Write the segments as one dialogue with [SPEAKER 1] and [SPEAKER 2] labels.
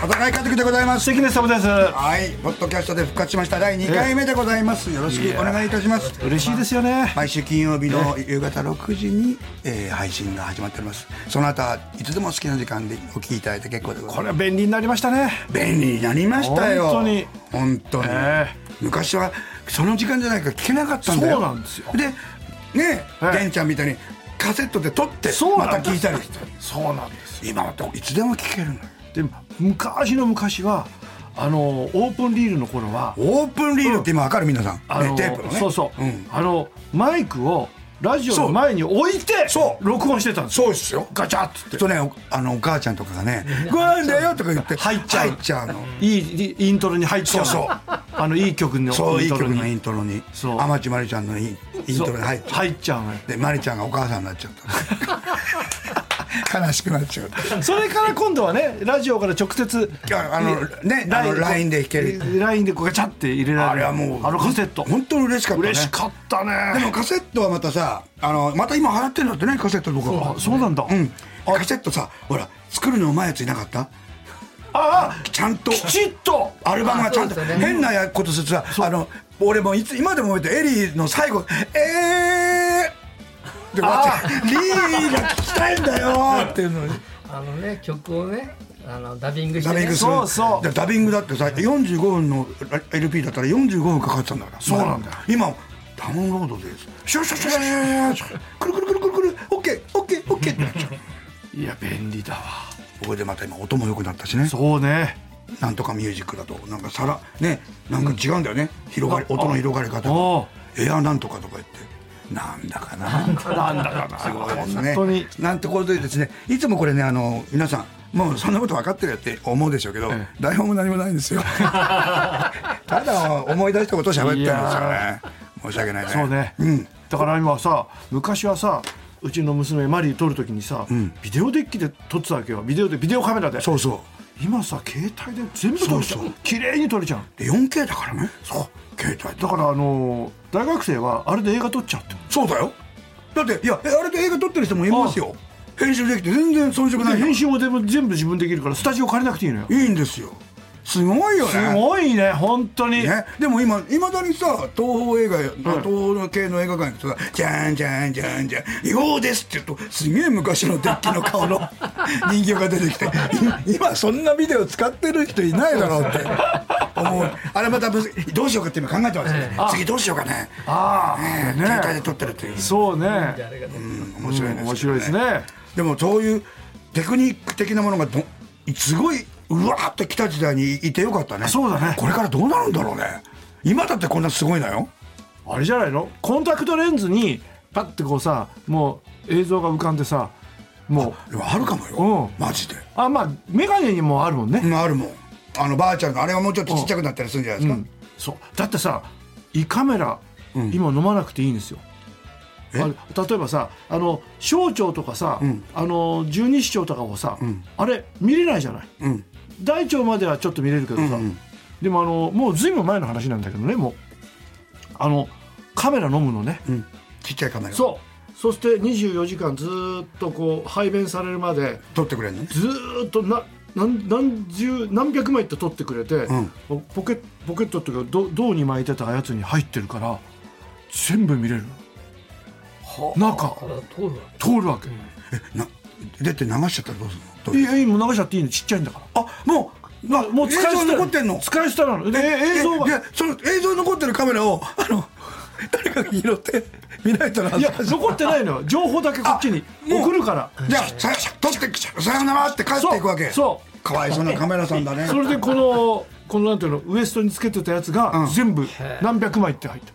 [SPEAKER 1] 高井和樹でございます
[SPEAKER 2] 関根さんです
[SPEAKER 1] はいポッドキャストで復活しました第2回目でございますよろしくお願いいたします
[SPEAKER 2] 嬉しいですよね
[SPEAKER 1] 毎週金曜日の夕方6時に、えー、配信が始まっておりますその後いつでも好きな時間でお聞きいただいて結構でござい
[SPEAKER 2] こ
[SPEAKER 1] ま
[SPEAKER 2] れは便利になりましたね
[SPEAKER 1] す便利になりましたよ
[SPEAKER 2] 本当に
[SPEAKER 1] 本当に、
[SPEAKER 2] え
[SPEAKER 1] 昔はその時間じゃないから聞けなかったんだよ
[SPEAKER 2] そうなんですよ
[SPEAKER 1] でねえ、
[SPEAKER 2] ええ
[SPEAKER 1] 玄ちゃんみたいにカセットで撮って
[SPEAKER 2] そう
[SPEAKER 1] ま
[SPEAKER 2] な
[SPEAKER 1] た
[SPEAKER 2] んです
[SPEAKER 1] 聞いたりして
[SPEAKER 2] そうなんです
[SPEAKER 1] 今はどいつでも聞けるのよ
[SPEAKER 2] で昔の昔はあのオープンリールの頃は
[SPEAKER 1] オープンリールって今わかる皆さん、
[SPEAKER 2] あ
[SPEAKER 1] ね
[SPEAKER 2] の
[SPEAKER 1] テープのね
[SPEAKER 2] そうそう、
[SPEAKER 1] ん
[SPEAKER 2] あのマイクをラジオの前に置いて
[SPEAKER 1] そう
[SPEAKER 2] 録音してたんですよ
[SPEAKER 1] そうですよ
[SPEAKER 2] ガチャッつって
[SPEAKER 1] とねおあのお母ちゃんとかがね「ご飯だよ」とか言って
[SPEAKER 2] 入っちゃう
[SPEAKER 1] 入っちゃうの
[SPEAKER 2] いいいいイントロに入っちゃう
[SPEAKER 1] そうそう
[SPEAKER 2] あのいい曲の
[SPEAKER 1] そうい
[SPEAKER 2] イ
[SPEAKER 1] い
[SPEAKER 2] ント
[SPEAKER 1] 曲
[SPEAKER 2] ロに
[SPEAKER 1] のイントロに
[SPEAKER 2] そう
[SPEAKER 1] 天地まりちゃんのいいイントロに入っち
[SPEAKER 2] そう
[SPEAKER 1] ゃう
[SPEAKER 2] 入っちゃうのよ
[SPEAKER 1] でまりちゃんがお母さんになっちゃった 悲しくなっちゃう
[SPEAKER 2] それから今度はねラジオから直接
[SPEAKER 1] ああのねあの LINE で弾ける
[SPEAKER 2] LINE でこうガチャって入れられる
[SPEAKER 1] あれはもう
[SPEAKER 2] あのカセット
[SPEAKER 1] 本当に嬉しかったね
[SPEAKER 2] 嬉しかった
[SPEAKER 1] で
[SPEAKER 2] ね
[SPEAKER 1] もカセットはまたさあのまた今払ってるんだってねカセット僕は
[SPEAKER 2] あそうなんだ、
[SPEAKER 1] うんカセットさほら作るのうまいやついなかった
[SPEAKER 2] ああ
[SPEAKER 1] ちゃんと
[SPEAKER 2] きちっと
[SPEAKER 1] アルバムがちゃん
[SPEAKER 3] あ
[SPEAKER 1] と
[SPEAKER 3] そうですよね
[SPEAKER 1] 変なやことするとさあの俺もいつ今でも覚えてエリーの最後「えー!」ってこうやって「リーが聞きたいんだよ」っていうのに
[SPEAKER 3] あのね曲をねあのダビングして
[SPEAKER 1] ダビン
[SPEAKER 3] ね
[SPEAKER 1] グする
[SPEAKER 2] そうそう
[SPEAKER 1] でダビングだってさ45分の LP だったら45分かかってたんだから
[SPEAKER 2] そうなんだよ
[SPEAKER 1] 今ダウンロードですシュシュシュシュシュくるくるくるくるくるオッケーオッケーオッケーってなっちゃう
[SPEAKER 2] いや便利だわ
[SPEAKER 1] これでまた今音も良くなったしね
[SPEAKER 2] そうね
[SPEAKER 1] なんとかミュージックだとなんかさらねなんか違うんだよね広がり音の広がり方が
[SPEAKER 2] お
[SPEAKER 1] エアなんとかとか言ってなんだかななん
[SPEAKER 2] ーなんだ かな
[SPEAKER 1] すごいです
[SPEAKER 2] 本当に
[SPEAKER 1] ねなんてことでですねいつもこれねあの皆さんもうそんなこと分かってるよって思うでしょうけど、
[SPEAKER 2] ええ
[SPEAKER 1] 台本も何もないん ですよただ思い出したことを喋ってるんですよ
[SPEAKER 2] い
[SPEAKER 1] ね申し訳ないね
[SPEAKER 2] そうね、
[SPEAKER 1] うん、
[SPEAKER 2] だから今さ昔はさうちの娘マリー撮るときにさ、ビデオデッキで撮ってたわけよビデオでビデオカメラで
[SPEAKER 1] そうそ
[SPEAKER 2] 今さ携帯で全部撮れちゃ
[SPEAKER 1] そうそう
[SPEAKER 2] う綺麗に撮れちゃう
[SPEAKER 1] うで 4K だからねそう携帯
[SPEAKER 2] だからあのー大学生はあれで映画撮っちゃうって
[SPEAKER 1] そうだよだっていやえあれで映画撮ってる人もいますよ編集できて全然遜色ないよ
[SPEAKER 2] 編集も全部全部自分できるからスタジオ借りなくていいのよ
[SPEAKER 1] いいんですよすごいよね
[SPEAKER 2] すごいね本当に、
[SPEAKER 1] ね、でも今いまだにさ東宝映画、東宝系の映画館に行くとさ「じゃんじゃんじゃんじゃん違法です」って言うとすげえ昔のデッキの顔 の人形が出てきてい今そんなビデオ使ってる人いないだろうって思うあれまたむずどうしようかって今考えてますよね、次どうしようかね
[SPEAKER 2] ああ
[SPEAKER 1] ね携帯で撮ってるという、
[SPEAKER 2] そう
[SPEAKER 3] であ
[SPEAKER 2] ね
[SPEAKER 3] れがね
[SPEAKER 1] うん面白いですけど、
[SPEAKER 2] 面白いですね
[SPEAKER 1] でもそういうテクニック的なものがどすごいうわーって来た時代にいてよかったね
[SPEAKER 2] そうだね
[SPEAKER 1] これからどうなるんだろうね今だってこんなすごいなよ
[SPEAKER 2] あれじゃないのコンタクトレンズにパッてこうさもう映像が浮かんでさも
[SPEAKER 1] でもあるかもよ、マジで、
[SPEAKER 2] うあまあ眼鏡にもあるもんね、
[SPEAKER 1] うんあるもんあのばあちゃんがあれはもうちょっとちっちゃくなったりするんじゃないですか、
[SPEAKER 2] そうだってさ胃カメラ、今飲まなくていいんですよあれ例えばさあの小腸とかさ、あの十二指腸とかをさ、あれ見れないじゃない
[SPEAKER 1] うん
[SPEAKER 2] 大腸まではちょっと見れるけどさ、でもあのもうずいぶん前の話なんだけどねもうあのカメラ飲むのね、
[SPEAKER 1] うんちっちゃいカメラ
[SPEAKER 2] そうそして24時間ずーっとこう排便されるまで
[SPEAKER 1] 撮ってくれるのね
[SPEAKER 2] ずーっとな何何十何百枚って取ってくれて、
[SPEAKER 1] ん
[SPEAKER 2] ポケポケットっていうかど胴に巻いてたやつに入ってるから全部見れる中
[SPEAKER 3] これは通るわ
[SPEAKER 2] 通るわけ、
[SPEAKER 1] な出て流しちゃったらどうするのどう
[SPEAKER 2] い
[SPEAKER 1] いう
[SPEAKER 2] やいやもう流しちゃっていいのちっちゃいんだから
[SPEAKER 1] あもうな
[SPEAKER 2] もう使い捨
[SPEAKER 1] 映
[SPEAKER 2] て
[SPEAKER 1] 像残ってんの
[SPEAKER 2] 使い捨てなので
[SPEAKER 1] え
[SPEAKER 2] 映像が
[SPEAKER 1] いやその映像残ってるカメラをあの誰かが拾って見ないとな恥
[SPEAKER 2] い
[SPEAKER 1] ず
[SPEAKER 2] や
[SPEAKER 1] かしい
[SPEAKER 2] 残ってないのよ情報だけこっちに
[SPEAKER 1] あもう
[SPEAKER 2] 送るから
[SPEAKER 1] じゃあさ取ってきちゃさよならって帰っていくわけ
[SPEAKER 2] そう
[SPEAKER 1] かわいそうなカメラさんだね
[SPEAKER 2] それでこのこのなんていうのウエストにつけてたやつが全部何百枚って入ってる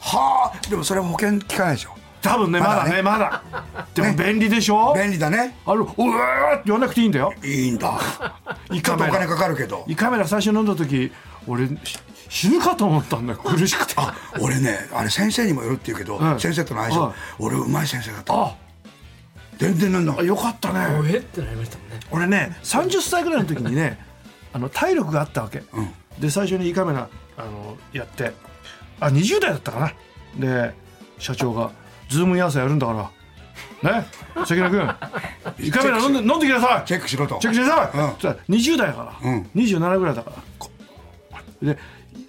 [SPEAKER 1] はあでもそれは保険効かないでしょ
[SPEAKER 2] 多分ねま
[SPEAKER 1] まだ
[SPEAKER 2] だ
[SPEAKER 1] ね
[SPEAKER 2] ねまだ でも便利でしょ
[SPEAKER 1] 便利だね
[SPEAKER 2] あれうわーって言わなくていいんだよ
[SPEAKER 1] いいん だ
[SPEAKER 2] 胃
[SPEAKER 1] ちょ
[SPEAKER 2] カ
[SPEAKER 1] っとお
[SPEAKER 2] メ
[SPEAKER 1] 金
[SPEAKER 2] ラ
[SPEAKER 1] かかるけど
[SPEAKER 2] 胃カメラ最初飲んだ時俺し死ぬかと思ったんだよ苦しくてあ
[SPEAKER 1] 俺ねあれ先生にもよるって言うけど、
[SPEAKER 2] はい
[SPEAKER 1] 先生との相性、
[SPEAKER 2] はい
[SPEAKER 1] 俺うまい先生だった
[SPEAKER 2] あ
[SPEAKER 1] 全然なんだ
[SPEAKER 2] よかった
[SPEAKER 3] お
[SPEAKER 2] ね
[SPEAKER 3] えってなりましたもんね
[SPEAKER 2] 俺ね30歳ぐらいの時にね あの体力があったわけ、で最初に胃カメラあのやってあ20代だったかなで社長が「ズームイン朝やるんだからね関根君胃カメラ飲んで飲んできなさい
[SPEAKER 1] チェックしろと
[SPEAKER 2] チェックしなさい、
[SPEAKER 1] うん
[SPEAKER 2] そしたら20代やから、
[SPEAKER 1] うん
[SPEAKER 2] 27ぐらいだからこうで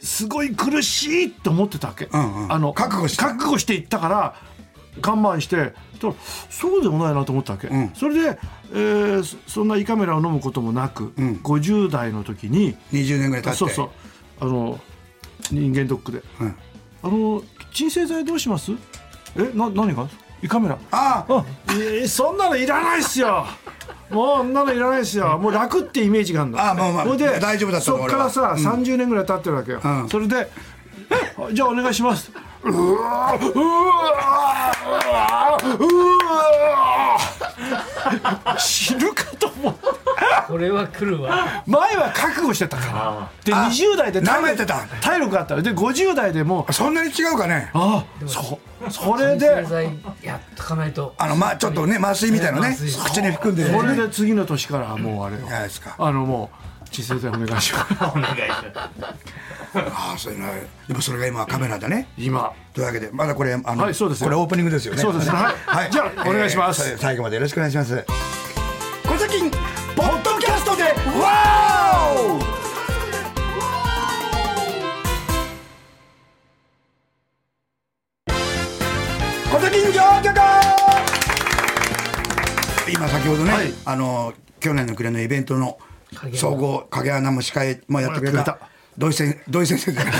[SPEAKER 2] すごい苦しいって思ってたわけ、
[SPEAKER 1] んうん
[SPEAKER 2] あの
[SPEAKER 1] 覚悟して
[SPEAKER 2] 覚悟していったから我慢してとそうでもないなと思ったわけ、
[SPEAKER 1] ん
[SPEAKER 2] それで、えーそそんな胃カメラを飲むこともなく、
[SPEAKER 1] ん
[SPEAKER 2] 50代の時に
[SPEAKER 1] 20年ぐらい経って
[SPEAKER 2] そうそうあの人間ドックで
[SPEAKER 1] うん、
[SPEAKER 2] 「あの鎮静剤どうしますえ」な何が胃カメラ
[SPEAKER 1] ああ
[SPEAKER 2] あえそんなのいらないっすよもうそんなのいらないっすよもう楽ってイメージがあるんだ
[SPEAKER 1] あまあまあ
[SPEAKER 2] それで
[SPEAKER 1] 大丈夫だったの
[SPEAKER 2] そっからさ、
[SPEAKER 1] 俺
[SPEAKER 2] 30年ぐらい経ってるわけよ、
[SPEAKER 1] うん
[SPEAKER 2] それで「じゃあお願いします」うわーうわーうわーうわー死ぬかと思う
[SPEAKER 3] これは来るわ
[SPEAKER 2] 前は覚悟してたからで
[SPEAKER 1] あ
[SPEAKER 2] 20代で
[SPEAKER 1] 舐
[SPEAKER 2] 体
[SPEAKER 1] めてた
[SPEAKER 2] 体力があったらで50代でもう
[SPEAKER 1] そんなに違うかね
[SPEAKER 2] ああそうそれ
[SPEAKER 3] 鎮
[SPEAKER 2] で
[SPEAKER 3] 静剤やっとかないと
[SPEAKER 1] あのまあちょっとね麻酔みたいなね
[SPEAKER 3] 麻酔
[SPEAKER 1] 口に含んでる
[SPEAKER 2] それ
[SPEAKER 1] ね
[SPEAKER 2] で次の年からもうあれよ
[SPEAKER 1] じゃないですか
[SPEAKER 2] あのもう鎮静剤お願いします
[SPEAKER 1] ああそういうのでもそれが今カメラだね
[SPEAKER 2] 今
[SPEAKER 1] というわけでまだこれあの、
[SPEAKER 2] はいそうですよ
[SPEAKER 1] これオープニングですよね
[SPEAKER 2] そうですねはい
[SPEAKER 1] はい、
[SPEAKER 2] じゃあお願いします
[SPEAKER 1] えー最後までよろしくお願いします小崎ポッドキャストでわー小崎上局今先ほどね、
[SPEAKER 2] はい
[SPEAKER 1] あの去年の暮れのイベントの
[SPEAKER 3] 影穴
[SPEAKER 1] 総合影穴も司会もやってくれ
[SPEAKER 2] やってく
[SPEAKER 1] た
[SPEAKER 2] れた
[SPEAKER 1] 土井先土井先生じゃない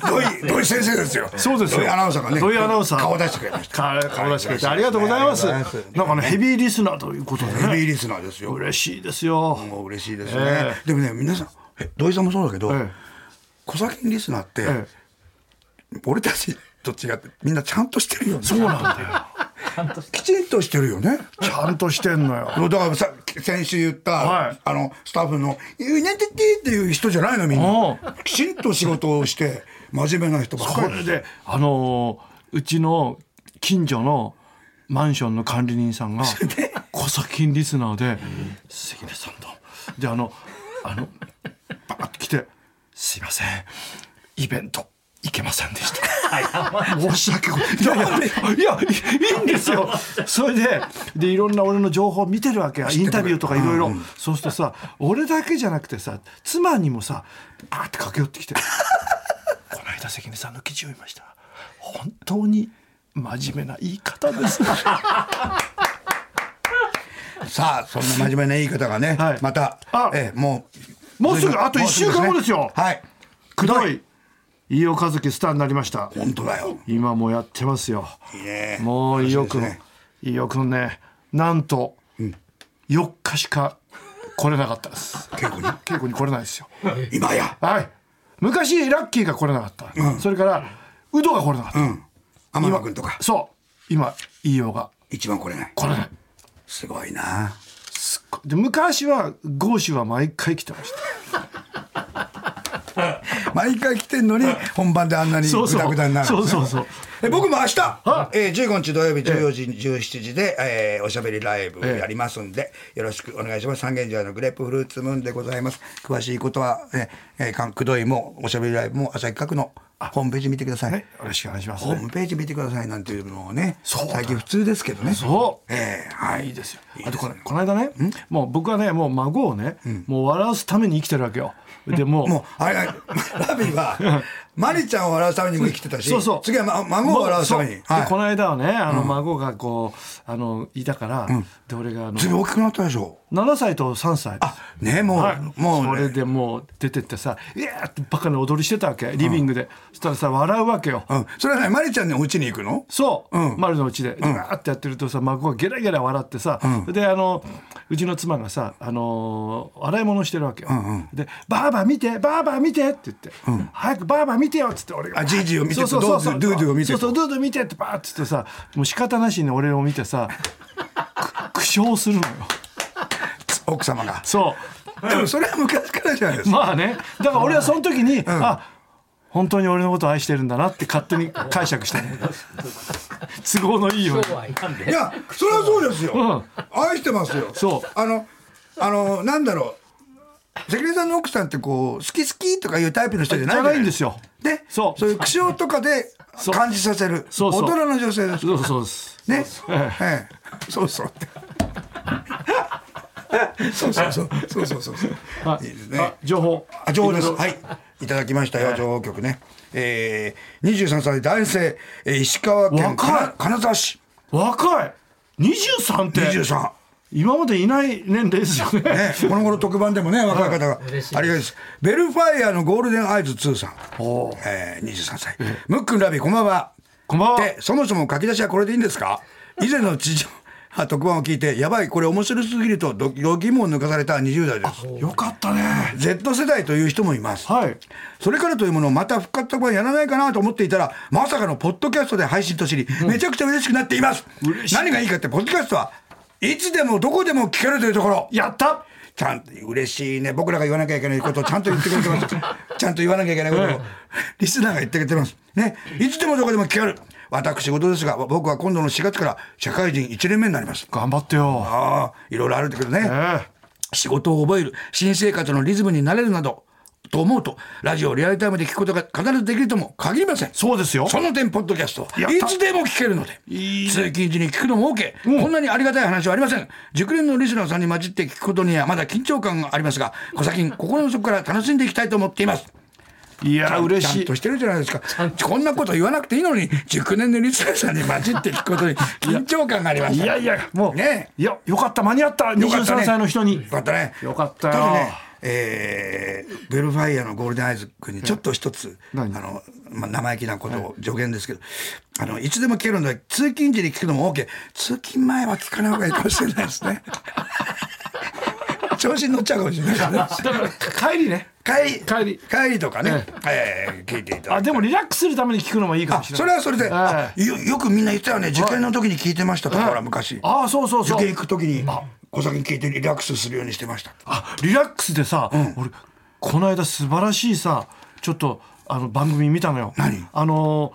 [SPEAKER 1] 土井土井先生ですよ
[SPEAKER 2] そうですよ
[SPEAKER 1] 土井アナウンサーがね
[SPEAKER 2] 土井アナウンサー
[SPEAKER 1] 顔出してくれました
[SPEAKER 2] か顔出してくれてありがとうございます
[SPEAKER 1] ありがとうございます
[SPEAKER 2] なんかねヘビーリスナーということで
[SPEAKER 1] ヘビー
[SPEAKER 2] ね
[SPEAKER 1] リスナーですよ
[SPEAKER 2] 嬉しいですよ
[SPEAKER 1] もう嬉しいですね、
[SPEAKER 2] え
[SPEAKER 1] でもね皆さんえ土井さんもそうだけど、
[SPEAKER 2] え
[SPEAKER 1] 小崎リスナーって、
[SPEAKER 2] ええ
[SPEAKER 1] 俺たちと違ってみんなちゃんとしてるよね
[SPEAKER 2] そうなんだよ
[SPEAKER 1] きちんとしてるよね
[SPEAKER 2] ちゃんとしてんのよ
[SPEAKER 1] だからさ先週言った、
[SPEAKER 2] はい
[SPEAKER 1] あのスタッフの「うなてて」っていう人じゃないのみん
[SPEAKER 2] おう
[SPEAKER 1] なきちんと仕事をして真面目な人ばっ
[SPEAKER 2] そ
[SPEAKER 1] か
[SPEAKER 2] れ
[SPEAKER 1] り
[SPEAKER 2] であのーうちの近所のマンションの管理人さんが小崎リスナーで「関根さんと」であのあのバーッと来て「すいませんイベント行けませんでした」申し訳ごめんいやいやいやいいんですよそれででいろんな俺の情報を見てるわけインタビューとかいろいろそうするとさ俺だけじゃなくてさ妻にもさバーって駆け寄ってきてこの間関根さんの記事を見ました本当に真面目な言い方ですね
[SPEAKER 1] さあそんな真面目な言い方がね、
[SPEAKER 2] はい
[SPEAKER 1] また
[SPEAKER 2] あ
[SPEAKER 1] ええもう
[SPEAKER 2] もうすぐ
[SPEAKER 1] 随分
[SPEAKER 2] あと
[SPEAKER 1] もう
[SPEAKER 2] 一週間後ですよ
[SPEAKER 1] はい
[SPEAKER 2] くどい飯尾和樹スターになりました
[SPEAKER 1] 本当だよ
[SPEAKER 2] 今もやってますよ
[SPEAKER 1] いいね
[SPEAKER 2] もう飯尾君、
[SPEAKER 1] 楽し
[SPEAKER 2] 飯尾君ねなんと4日しか来れなかったです
[SPEAKER 1] みですね 稽古
[SPEAKER 2] 稽古に来れないですよ
[SPEAKER 1] に今や
[SPEAKER 2] はい昔ラッキーが来れなかった、それからウドが来れなかった、
[SPEAKER 1] うん天野君とか
[SPEAKER 2] そう今飯尾が
[SPEAKER 1] 一番これない
[SPEAKER 2] 来れない
[SPEAKER 1] すごいな
[SPEAKER 2] で昔はゴーシュは毎回来てました
[SPEAKER 1] 毎回来てんのに本番であんなに
[SPEAKER 2] そう
[SPEAKER 1] グ
[SPEAKER 2] そう
[SPEAKER 1] ダグダになるん
[SPEAKER 2] そう
[SPEAKER 1] ですね
[SPEAKER 2] そうそう
[SPEAKER 1] え僕も明日、えー、15日土曜日14時、17時で、えーおしゃべりライブ
[SPEAKER 2] ええ
[SPEAKER 1] やりますんで、よろしくお願いします三軒茶屋のグレープフルーツムーンでございます詳しいことは、えーえー、関くどいもおしゃべりライブも朝企画のホームページ見てください、
[SPEAKER 2] はいよろしくお願いします
[SPEAKER 1] ホームページ見てくださいなんていうのをね
[SPEAKER 2] そうだ
[SPEAKER 1] 最近普通ですけどね
[SPEAKER 2] そう
[SPEAKER 1] ええはい
[SPEAKER 2] いいですよあとこのこの間ねもう僕はねもう孫をねもう笑わすために生きてるわけよでもう
[SPEAKER 1] もうあれあれ ラビ はマリちゃんを笑うためにも生きてたし
[SPEAKER 2] そうそう
[SPEAKER 1] 次は、ま、孫を笑うために、
[SPEAKER 2] そう
[SPEAKER 1] はい
[SPEAKER 2] でこの間はねあの孫がこうあのいたからで俺があの
[SPEAKER 1] ずいぶん大きくなったでしょ
[SPEAKER 2] 7歳と3歳です
[SPEAKER 1] ねえもう、
[SPEAKER 2] はい、
[SPEAKER 1] もう、
[SPEAKER 2] それでもう出てってさ「いやー!」ってバカな踊りしてたわけリビングで、そしたらさ笑うわけよ、
[SPEAKER 1] うん、それはねマリちゃんのお家に行くの
[SPEAKER 2] そう、
[SPEAKER 1] うん
[SPEAKER 2] 丸の内で、でわーってやってるとさ、孫がゲラゲラ笑ってさ、で、あの、うちの妻がさ、あのー洗い物してるわけよ。で、ばあば見て、ばあば見てって言って、早くばあば見てよっつって、俺が。
[SPEAKER 1] あじいじを見てと
[SPEAKER 2] そうそうそうそう
[SPEAKER 1] ドゥードゥーを見て
[SPEAKER 2] そ
[SPEAKER 1] と
[SPEAKER 2] うそう、ドゥードゥー見てって、ばーって言ってさ、もう仕方なしに俺を見てさ、く 苦笑するのよ。
[SPEAKER 1] 奥様が
[SPEAKER 2] そ
[SPEAKER 1] でもそれは昔からじゃないです
[SPEAKER 2] う。
[SPEAKER 1] か、
[SPEAKER 2] まあね、だから俺はその時に、あ本当に俺のこと愛してるんだなって勝手に解釈したの 都合のいいよう
[SPEAKER 3] 今
[SPEAKER 2] に
[SPEAKER 3] 日。はいかんで
[SPEAKER 1] いやそれはそうですよ、
[SPEAKER 2] ん
[SPEAKER 1] 愛してますよ
[SPEAKER 2] そう
[SPEAKER 1] あのあのなんだろう関根さんの奥さんってこう好き好きとかいうタイプの人じゃない
[SPEAKER 2] じゃないんですよ
[SPEAKER 1] でそ
[SPEAKER 2] そうう
[SPEAKER 1] いう苦笑とかで
[SPEAKER 2] そう
[SPEAKER 1] 感じさせる
[SPEAKER 2] そうそう
[SPEAKER 1] 大人の女性です
[SPEAKER 2] そうそうそうです
[SPEAKER 1] ねええそう そうってそうそうそうそうそうそうそう
[SPEAKER 2] はい
[SPEAKER 1] いいですね
[SPEAKER 2] あ情報
[SPEAKER 1] あ情報です。はい。いただきましたよ、情報局ね。えー、23歳男性、えー石川県
[SPEAKER 2] 若い
[SPEAKER 1] 金金沢市
[SPEAKER 2] 若い23って
[SPEAKER 1] 23。
[SPEAKER 2] 今までいない年齢ですよね
[SPEAKER 1] ね、この頃特番でもね、若い方が、ありがたいで
[SPEAKER 3] 嬉しいです
[SPEAKER 1] す。ベルファイアのゴールデンアイズ2さん、
[SPEAKER 2] おー
[SPEAKER 1] えー、23歳。ムックンラビー、こんばんは。
[SPEAKER 2] こんばんは
[SPEAKER 1] で、そもそも書き出しはこれでいいんですか以前の地上波特番を聞いて、やばい、これ面白すぎると、ど度肝を抜かされた20代です。
[SPEAKER 2] よかったね
[SPEAKER 1] Z 世代という人もいます。
[SPEAKER 2] はい
[SPEAKER 1] それからというものをまた復活特番やらないかなと思っていたら、まさかのポッドキャストで配信と知り、めちゃくちゃ嬉しくなっています。
[SPEAKER 2] 嬉しい
[SPEAKER 1] 何がいいかって、ポッドキャストはいつでもどこでも聞けるというところ。
[SPEAKER 2] やった
[SPEAKER 1] ちゃんと嬉しいね。僕らが言わなきゃいけないことをちゃんと言ってくれて ます。ちゃんと言わなきゃいけないことを、リスナーが言ってくれてます。ね。いつでもどこでも聞ける。私事ですが、僕は今度の4月から社会人1年目になります。
[SPEAKER 2] 頑張ってよ、
[SPEAKER 1] ああ、いろいろあるんだけどね。
[SPEAKER 2] ええ
[SPEAKER 1] 仕事を覚える新生活のリズムになれるなどと思うとラジオをリアルタイムで聞くことが必ずできるとも限りません
[SPEAKER 2] そうですよ
[SPEAKER 1] その点ポッドキャスト
[SPEAKER 2] や
[SPEAKER 1] は
[SPEAKER 2] った
[SPEAKER 1] いつでも聞けるので
[SPEAKER 2] いいね
[SPEAKER 1] 通勤時に聞くのも OK、こんなにありがたい話はありません熟練のリスナーさんに混じって聞くことにはまだ緊張感がありますが小先心の底から楽しんでいきたいと思っています
[SPEAKER 2] いや
[SPEAKER 1] ち
[SPEAKER 2] 嬉
[SPEAKER 1] ゃ
[SPEAKER 2] し
[SPEAKER 1] ん
[SPEAKER 2] い
[SPEAKER 1] としてるじゃないですかこんなこと言わなくていいのに熟練のリスナーさんに混じって聞くことに緊張感がありま
[SPEAKER 2] い
[SPEAKER 1] す
[SPEAKER 2] やいやもう、
[SPEAKER 1] ね
[SPEAKER 2] いやよかった間に合った
[SPEAKER 1] よかったね
[SPEAKER 2] 23歳の人に
[SPEAKER 1] よかったね。
[SPEAKER 2] よかったよ
[SPEAKER 1] だね、えーベルファイアのゴールデンアイズ君にちょっと一つ、あ
[SPEAKER 2] 何
[SPEAKER 1] の、まあ、生意気なことを助言ですけど、あの、いつでも聞けるので、通勤時に聞くのも OK。通勤前は聞かない方がいいかもしれないです ね。調子に乗っちゃうかもしれないですね。
[SPEAKER 2] だから帰りね
[SPEAKER 1] 帰り、
[SPEAKER 2] 帰り
[SPEAKER 1] 帰りとかね、えー聞いていただ
[SPEAKER 2] あ
[SPEAKER 1] いて。
[SPEAKER 2] でもリラックスするために聞くのもいいか
[SPEAKER 1] あ
[SPEAKER 2] もしれない
[SPEAKER 1] それはそれで、あ
[SPEAKER 2] ええ
[SPEAKER 1] よよくみんな言ってたよね受験の時に聞いてましたとか、ほら昔
[SPEAKER 2] ああそうそう
[SPEAKER 1] 受
[SPEAKER 2] そう
[SPEAKER 1] 験行く時に小先に聞いてリラックスするようにしてました
[SPEAKER 2] あリラックスでさ、俺この間素晴らしいさちょっとあの番組見たのよ
[SPEAKER 1] 何
[SPEAKER 2] あの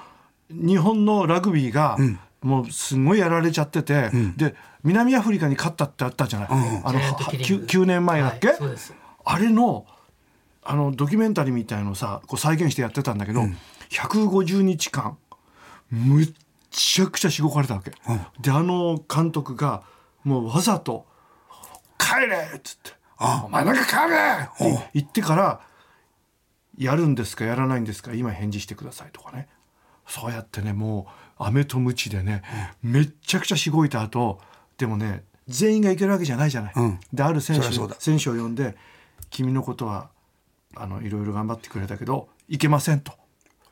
[SPEAKER 2] 日本のラグビーが、もうすごいやられちゃってて、で南アフリカに勝ったってあったじゃない、あの
[SPEAKER 3] ジャイアントキリング
[SPEAKER 2] 9, 年前だっけ、
[SPEAKER 3] はいそうです
[SPEAKER 2] あれのあのドキュメンタリーみたいのをさこう再現してやってたんだけど、150日間むっちゃくちゃしごかれたわけ、であの監督がもうわざと「帰れ!」っつって
[SPEAKER 1] あお前なんか帰れおう
[SPEAKER 2] って言ってから「やるんですかやらないんですか今返事してください」とかねそうやってねもう飴と鞭でね、めっちゃくちゃしごいた後でもね全員がいけるわけじゃないじゃない。
[SPEAKER 1] うん
[SPEAKER 2] である選手
[SPEAKER 1] そりゃそうだ
[SPEAKER 2] 選手を呼んで「君のことはあのいろいろ頑張ってくれたけどいけません」と。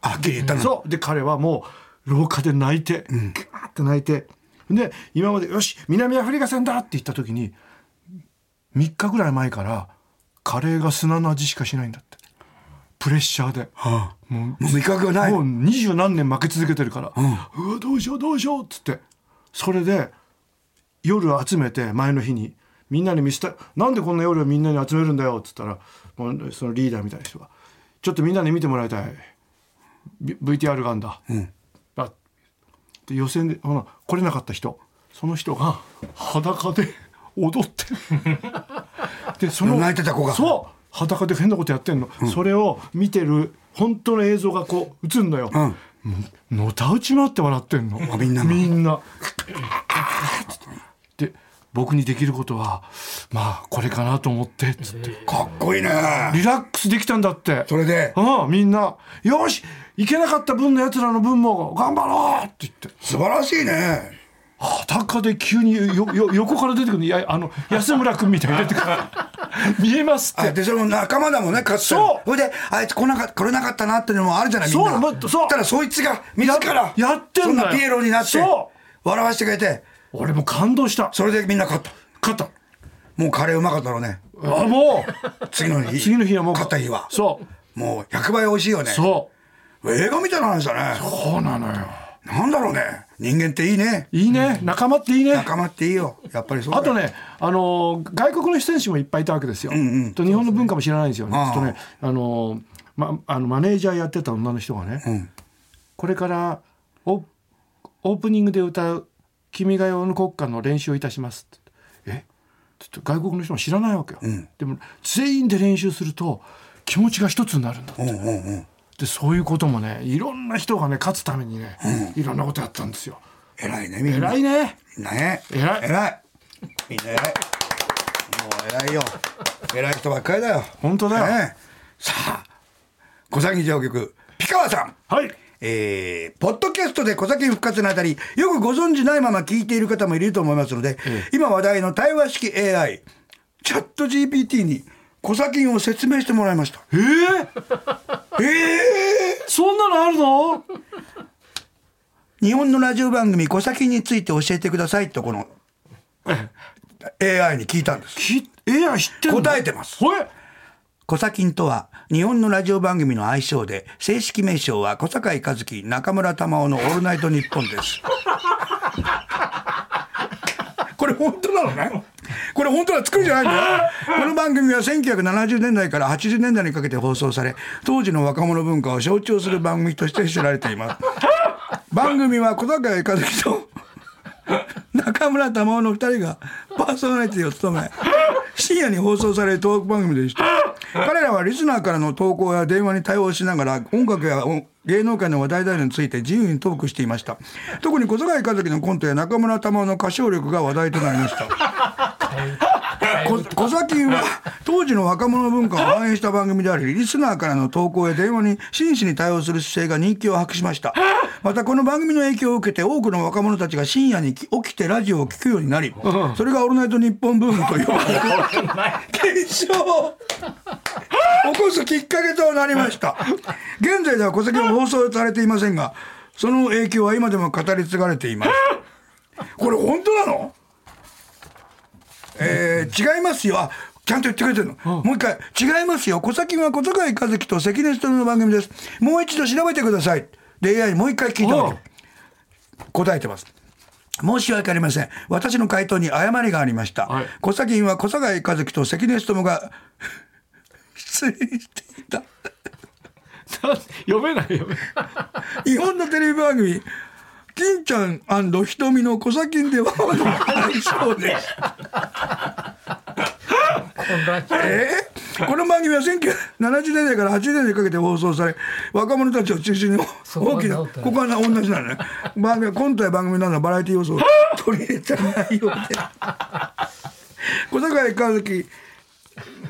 [SPEAKER 1] あはっきり言ったの
[SPEAKER 2] そうで彼はもう廊下で泣いてガーって泣いてで今まで「よし南アフリカ戦だ!」って言った時に3日ぐらい前からカレーが砂の味しかしないんだってプレッシャーで、
[SPEAKER 1] あ
[SPEAKER 2] も
[SPEAKER 1] もう味覚が
[SPEAKER 2] う
[SPEAKER 1] ない
[SPEAKER 2] もう二十何年負け続けてるから「うわどうしようどうしよう」っつってそれで夜集めて前の日にみんなに見せた「なんでこんな夜をみんなに集めるんだよ」っつったらもうそのリーダーみたいな人が「ちょっとみんなに見てもらいたい V- VTR があるんだ」あで予選でほら来れなかった人その人が裸で踊って でその
[SPEAKER 1] 泣いてた子が
[SPEAKER 2] そう裸で変なことやってんの、それを見てる本当の映像がこう映るのよ、
[SPEAKER 1] ん
[SPEAKER 2] もうのたうち回って笑ってんの
[SPEAKER 1] あみんなが
[SPEAKER 2] みん なで僕にできることはまあこれかなと思ってつって
[SPEAKER 1] かっこいいね
[SPEAKER 2] リラックスできたんだって
[SPEAKER 1] それで
[SPEAKER 2] うんみんな「よし行けなかった分のやつらの分も頑張ろう!」って言って
[SPEAKER 1] 素晴らしいね
[SPEAKER 2] 裸で急によよ横から出てくるのいやあの安村君みたいに出てく る見えますっ
[SPEAKER 1] あ
[SPEAKER 2] て
[SPEAKER 1] でそれも仲間だもんねかつての
[SPEAKER 2] そう
[SPEAKER 1] それであいつ来なか来れなかったなっていうのもあるじゃないみんな
[SPEAKER 2] そうもっとそう
[SPEAKER 1] たらそいつが自ら
[SPEAKER 2] ややってんだよ
[SPEAKER 1] そんなピエロになって
[SPEAKER 2] そ
[SPEAKER 1] 笑わせてくれて
[SPEAKER 2] 俺も感動した
[SPEAKER 1] それでみんな勝った
[SPEAKER 2] 勝った
[SPEAKER 1] もうカレーうまかったろうね
[SPEAKER 2] あも
[SPEAKER 1] 次の
[SPEAKER 2] う
[SPEAKER 1] 日
[SPEAKER 2] 次の日はもう
[SPEAKER 1] 勝った日は
[SPEAKER 2] そう
[SPEAKER 1] もう100倍美味しいよね
[SPEAKER 2] そう
[SPEAKER 1] 映画みたいな話だね
[SPEAKER 2] そうなのよ
[SPEAKER 1] なんだろうね人間っていいね
[SPEAKER 2] いいね仲間っていいね
[SPEAKER 1] 仲間っていいよやっぱりそうだ
[SPEAKER 2] あ
[SPEAKER 1] よ
[SPEAKER 2] とね、あのー外国の選手もいっぱいいたわけですよ。と日本の文化も知らないんですよね。
[SPEAKER 1] ああ
[SPEAKER 2] ちょっとね、あのーまあのマネージャーやってた女の人がね、これからオオープニングで歌う君が代の国歌の練習をいたしますって。え？って外国の人も知らないわけよ、
[SPEAKER 1] ん
[SPEAKER 2] でも全員で練習すると気持ちが一つになるんだって、
[SPEAKER 1] うんうんうん
[SPEAKER 2] でそういうこともねいろんな人がね勝つためにね、いろんなことやったんですよ
[SPEAKER 1] 偉いねみんな
[SPEAKER 2] 偉いね
[SPEAKER 1] みんなね
[SPEAKER 2] 偉い
[SPEAKER 1] 偉いみんな偉いもう偉いよ偉い人ばっかりだよ
[SPEAKER 2] 本当だよ
[SPEAKER 1] ねえさあ小崎上局ピカワさん
[SPEAKER 2] はい
[SPEAKER 1] えーポッドキャストで小崎復活のあたり、よくご存知ないまま聞いている方もいると思いますので、今話題の対話式 AI、チャット GPT に小崎を説明してもらいました。
[SPEAKER 2] え ー、
[SPEAKER 1] え
[SPEAKER 2] そんなのあるの
[SPEAKER 1] ー、日本のラジオ番組、小崎について教えてくださいと、この AI に聞いたんです。
[SPEAKER 2] きえや知ってんの
[SPEAKER 1] 答えてます
[SPEAKER 2] ほえ
[SPEAKER 1] コサキンとは日本のラジオ番組の愛称で正式名称は小堺一樹中村玉緒の「オールナイトニッポン」です。 これ本当なのねこれ本当は作るじゃないんだよこの番組は1970年代から80年代にかけて放送され当時の若者文化を象徴する番組として知られています番組は小坂井和樹と中村玉緒の2人がパーソナリティを務め深夜に放送されるトーク番組でした彼らはリスナーからの投稿や電話に対応しながら音楽や音芸能界の話題などについて自由にトークしていました特に小坂井和樹のコントや中村玉緒の歌唱力が話題となりましたこ小崎は当時の若者文化を反映した番組でありリスナーからの投稿や電話に真摯に対応する姿勢が人気を博しましたまたこの番組の影響を受けて多くの若者たちが深夜に起きてラジオを聴くようになりそれが「オールナイトニッポン」ブームと呼ばれる現象を起こすきっかけとなりました現在では戸籍は放送されていませんがその影響は今でも語り継がれていますこれ本当なのえー違いますよあちゃんと言ってくれてるの、もう一回違いますよ小崎は小坂井和樹と関根勤の番組ですもう一度調べてくださいで AI にもう一回聞いたわけ答えてます申し訳ありません私の回答に誤りがありました、
[SPEAKER 2] はい
[SPEAKER 1] 小崎は小坂井和樹と関根勤が 失礼していた
[SPEAKER 2] な 読めない読めない
[SPEAKER 1] 日本のテレビ番組「金ちゃん瞳の小崎では」の愛称です
[SPEAKER 3] こんな人
[SPEAKER 1] えーこの番組は1970年代から80年代にかけて放送され若者たちを中心に
[SPEAKER 3] そこは
[SPEAKER 1] 大きな
[SPEAKER 3] 直
[SPEAKER 1] こ
[SPEAKER 3] ったね
[SPEAKER 1] こはな同じなのね番組はコントや番組などのバラエティ 要素を取り入れた内容で小坂井和樹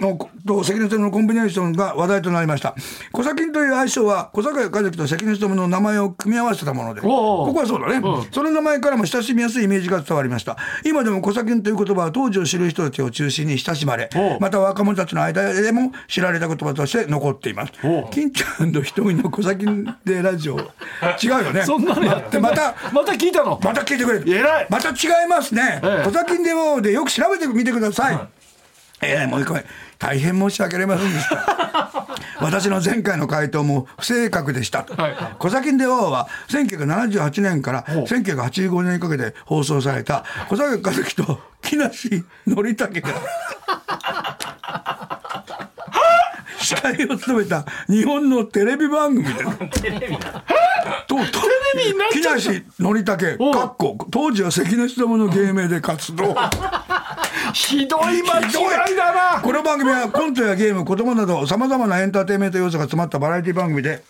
[SPEAKER 1] のと関根勤のコンビネーションが話題となりました小崎という愛称は小坂井和樹と関根勤の名前を組み合わせたもので
[SPEAKER 2] おうおう
[SPEAKER 1] ここはそうだね、
[SPEAKER 2] うん
[SPEAKER 1] その名前からも親しみやすいイメージが伝わりました今でも小崎という言葉は当時を知る人たちを中心に親しまれ
[SPEAKER 2] おう
[SPEAKER 1] また若者たちの間でも知られた言葉として残っています
[SPEAKER 2] おう
[SPEAKER 1] 金ちゃんと瞳の小崎でラジオ違うよ ね
[SPEAKER 2] そんなのやって
[SPEAKER 1] でまた
[SPEAKER 2] また聞いたの
[SPEAKER 1] また聞いてくれる
[SPEAKER 2] 偉い
[SPEAKER 1] また違いますね、
[SPEAKER 2] ええ
[SPEAKER 1] 小崎でもでよく調べてみてください、ええもう一回大変申し訳ありませんでした 私の前回の回答も不正確でした、
[SPEAKER 2] はい
[SPEAKER 1] 小崎で王は1978年から1985年にかけて放送された小崎和樹と木梨憲武が司会を務めた日本のテレビ番組です
[SPEAKER 3] テレビだ
[SPEAKER 1] とと
[SPEAKER 2] レビになっちゃった
[SPEAKER 1] 木梨憲武
[SPEAKER 2] おう
[SPEAKER 1] かっこ当時は関根勤の芸名で活 動
[SPEAKER 2] ひどい間
[SPEAKER 1] ひど
[SPEAKER 2] 違いだな
[SPEAKER 1] この番組はコントやゲーム子供などさまざまなエンターテインメント要素が詰まったバラエティ番組で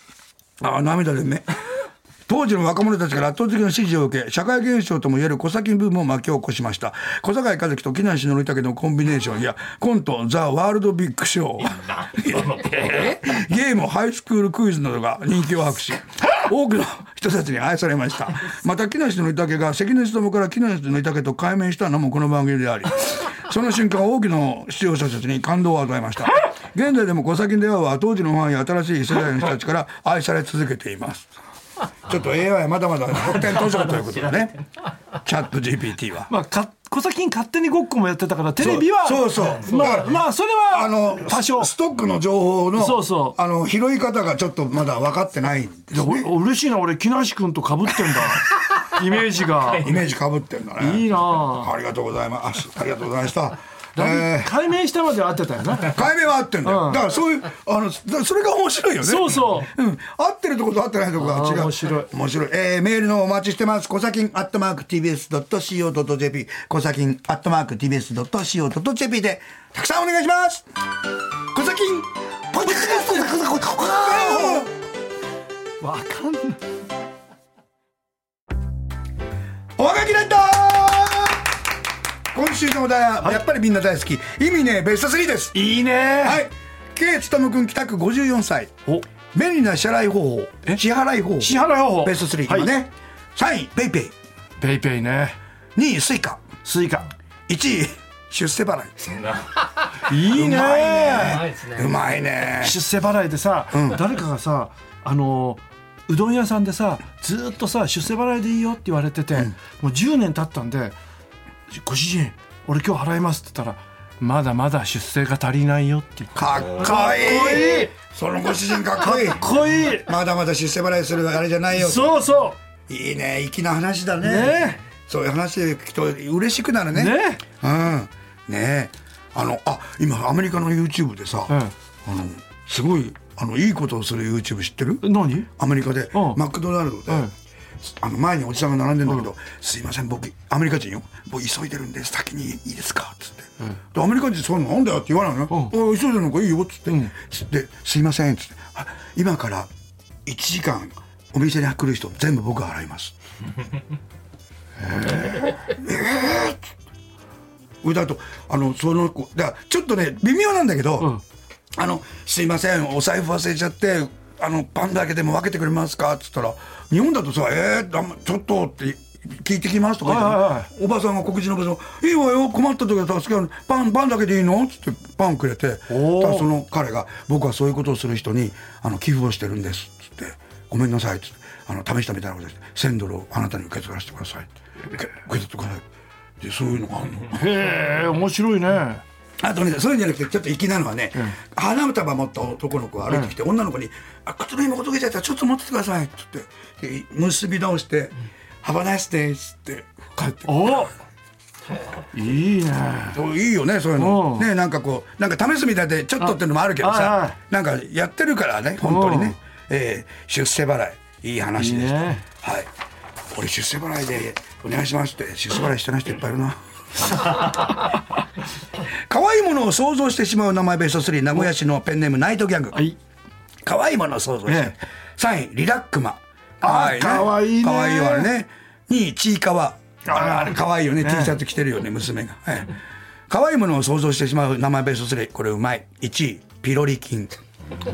[SPEAKER 1] ああ涙でね当時の若者たちから圧倒的な支持を受け社会現象ともいえる小崎ブームを巻き起こしました小坂井和樹と木梨憲武のコンビネーションやコント「ザ・ワールド・ビッグ・ショー」 ゲーム、ハイスクールクイズなどが人気を博し、 多くの人たちに愛されました。また、木梨の竹が関根勤から木梨の竹と改名したのもこの番組であ り、その瞬間は多くの視聴者たちに感動を与えました。現在でも小崎電話は当時のファンや新しい世代の人たちから愛され続けています。ちょっと AI はまだまだ発展途上ということ だね。チャット GPT は。
[SPEAKER 2] まあか小崎勝手にごっこもやってたからテレビは
[SPEAKER 1] そうそう
[SPEAKER 2] ま
[SPEAKER 1] だから
[SPEAKER 2] あまあそれは
[SPEAKER 1] あの
[SPEAKER 2] 多少
[SPEAKER 1] ストックの情報の
[SPEAKER 2] そうそう
[SPEAKER 1] あの拾い方がちょっとまだ分かってないんで
[SPEAKER 2] いや
[SPEAKER 1] す
[SPEAKER 2] 俺
[SPEAKER 1] ね
[SPEAKER 2] 嬉しいな俺木梨君と被ってんだイメージが
[SPEAKER 1] イメージかぶってるんだね
[SPEAKER 2] いいなあ
[SPEAKER 1] ありがとうございますあありがとうございました
[SPEAKER 2] だい
[SPEAKER 1] えー
[SPEAKER 2] 解明したまでは合ってた よな
[SPEAKER 1] 解明は合ってんだよ、
[SPEAKER 2] うん
[SPEAKER 1] だからそういうあのだそれが面白いよね
[SPEAKER 2] そうそう
[SPEAKER 1] うん、合ってるとこと合ってないとこが
[SPEAKER 2] あ
[SPEAKER 1] 違う
[SPEAKER 2] ー面白い
[SPEAKER 1] 面白い、えーメールのお待ちしてますコサキンアットマーク TBS.CO.JP コサキンアットマーク TBS.CO.JP でたくさんお願いしますコサキンポッドキャスト
[SPEAKER 2] わかんない
[SPEAKER 1] おはがきだった今週のお題は、やっぱりみんな大好き意味ねベスト3です
[SPEAKER 2] いいね
[SPEAKER 1] はい K つとむくん北区54歳
[SPEAKER 2] お
[SPEAKER 1] 便利な支払い方法
[SPEAKER 2] え
[SPEAKER 1] 支払い方法
[SPEAKER 2] 支払い方法
[SPEAKER 1] ベスト3、
[SPEAKER 2] はい
[SPEAKER 1] 今ね3位ペイペイ
[SPEAKER 2] ペイペイね
[SPEAKER 1] 2位スイカ
[SPEAKER 2] スイカ
[SPEAKER 1] 1位出世払い
[SPEAKER 2] いいね
[SPEAKER 3] ないですね
[SPEAKER 1] うまいね
[SPEAKER 2] 出世払いでさ、誰かがさあのうどん屋さんでさずーっとさ出世払いでいいよって言われてて、もう10年経ったんで「ご主人俺今日払います」って言ったら「まだまだ出世が足りないよ」って言って
[SPEAKER 1] かっこいい
[SPEAKER 2] いい
[SPEAKER 1] そのご主人かっこいい
[SPEAKER 2] かっこいい
[SPEAKER 1] まだまだ出世払いするあれじゃないよ
[SPEAKER 2] そうそ
[SPEAKER 1] いいね粋な話だね
[SPEAKER 2] ね
[SPEAKER 1] そういう話で聞くと嬉しくなる
[SPEAKER 2] う
[SPEAKER 1] ね
[SPEAKER 2] ね
[SPEAKER 1] うんねあのあ今アメリカの YouTube でさ、
[SPEAKER 2] うん
[SPEAKER 1] あのすごいあのいいことをする YouTube 知ってる
[SPEAKER 2] 何
[SPEAKER 1] アメリカで、
[SPEAKER 2] うん
[SPEAKER 1] マクドナルドで、
[SPEAKER 2] うん
[SPEAKER 1] あの前におじさんが並んでんだけど「すいません僕アメリカ人よ僕急いでるんで先にいいですか」っつって、でアメリカ人そういうのなんだよって言わないのよ、おい急いでるのかいいよっつって、ですいませんっつってあ今から1時間お店に来る人全部僕が払います歌とあのその子だからちょっとね微妙なんだけど、
[SPEAKER 2] ん
[SPEAKER 1] あの「すいませんお財布忘れちゃってあのパンだけでも分けてくれますか?」っつったら日本だとさ「えー、だんちょっと」って。聞いてきますとか言ってね
[SPEAKER 2] はいはいは
[SPEAKER 1] おばさんが黒人のおばさんが「いいわよ困った時は助けるパンパンだけでいいの?」っつってパンくれてただ
[SPEAKER 2] おー
[SPEAKER 1] その彼が「僕はそういうことをする人にあの寄付をしてるんです」っつって「ごめんなさい」っつってあの試したみたいなことして「1000ドルをあなたに受け取らせてください」って受け受け取ってください」でそういうのがあるの。
[SPEAKER 2] へえ面白いね
[SPEAKER 1] あとね、そういうんじゃなくて、ちょっと粋なのはね、花束持った男の子が歩いてきて、女の子に、あ、靴の紐が溶けちゃったらちょっと持っててくださいって言って、で結び直して、ハバナイスデイスって帰ってくる。
[SPEAKER 2] おいいね
[SPEAKER 1] そういいよね、そういうの。
[SPEAKER 2] うん
[SPEAKER 1] ね、なんかこう、なんか試すみたいで、ちょっとってのもあるけど
[SPEAKER 2] あはいは
[SPEAKER 1] さ
[SPEAKER 2] い、
[SPEAKER 1] なんかやってるからね、本当に
[SPEAKER 2] う
[SPEAKER 1] ね
[SPEAKER 2] ん。
[SPEAKER 1] えー出世払い、いい話でし
[SPEAKER 2] い
[SPEAKER 1] た。
[SPEAKER 2] いね
[SPEAKER 1] はい。俺出世払いでお願いしますって、出世払いしてない人いっぱいいる な。可愛いものを想像してしまう名前ベスト3名古屋市のペンネームナイトギャング
[SPEAKER 2] はい
[SPEAKER 1] 可愛いものを想像して、
[SPEAKER 2] ええ
[SPEAKER 1] 3位リラックマ
[SPEAKER 2] あー可愛いね
[SPEAKER 1] 可愛いわね2位ちいかわあーあれ可愛いよね
[SPEAKER 2] ね
[SPEAKER 1] T シャツ着てるよね娘が、はい、可愛いものを想像してしまう名前ベスト3これうまい1位ピロリ菌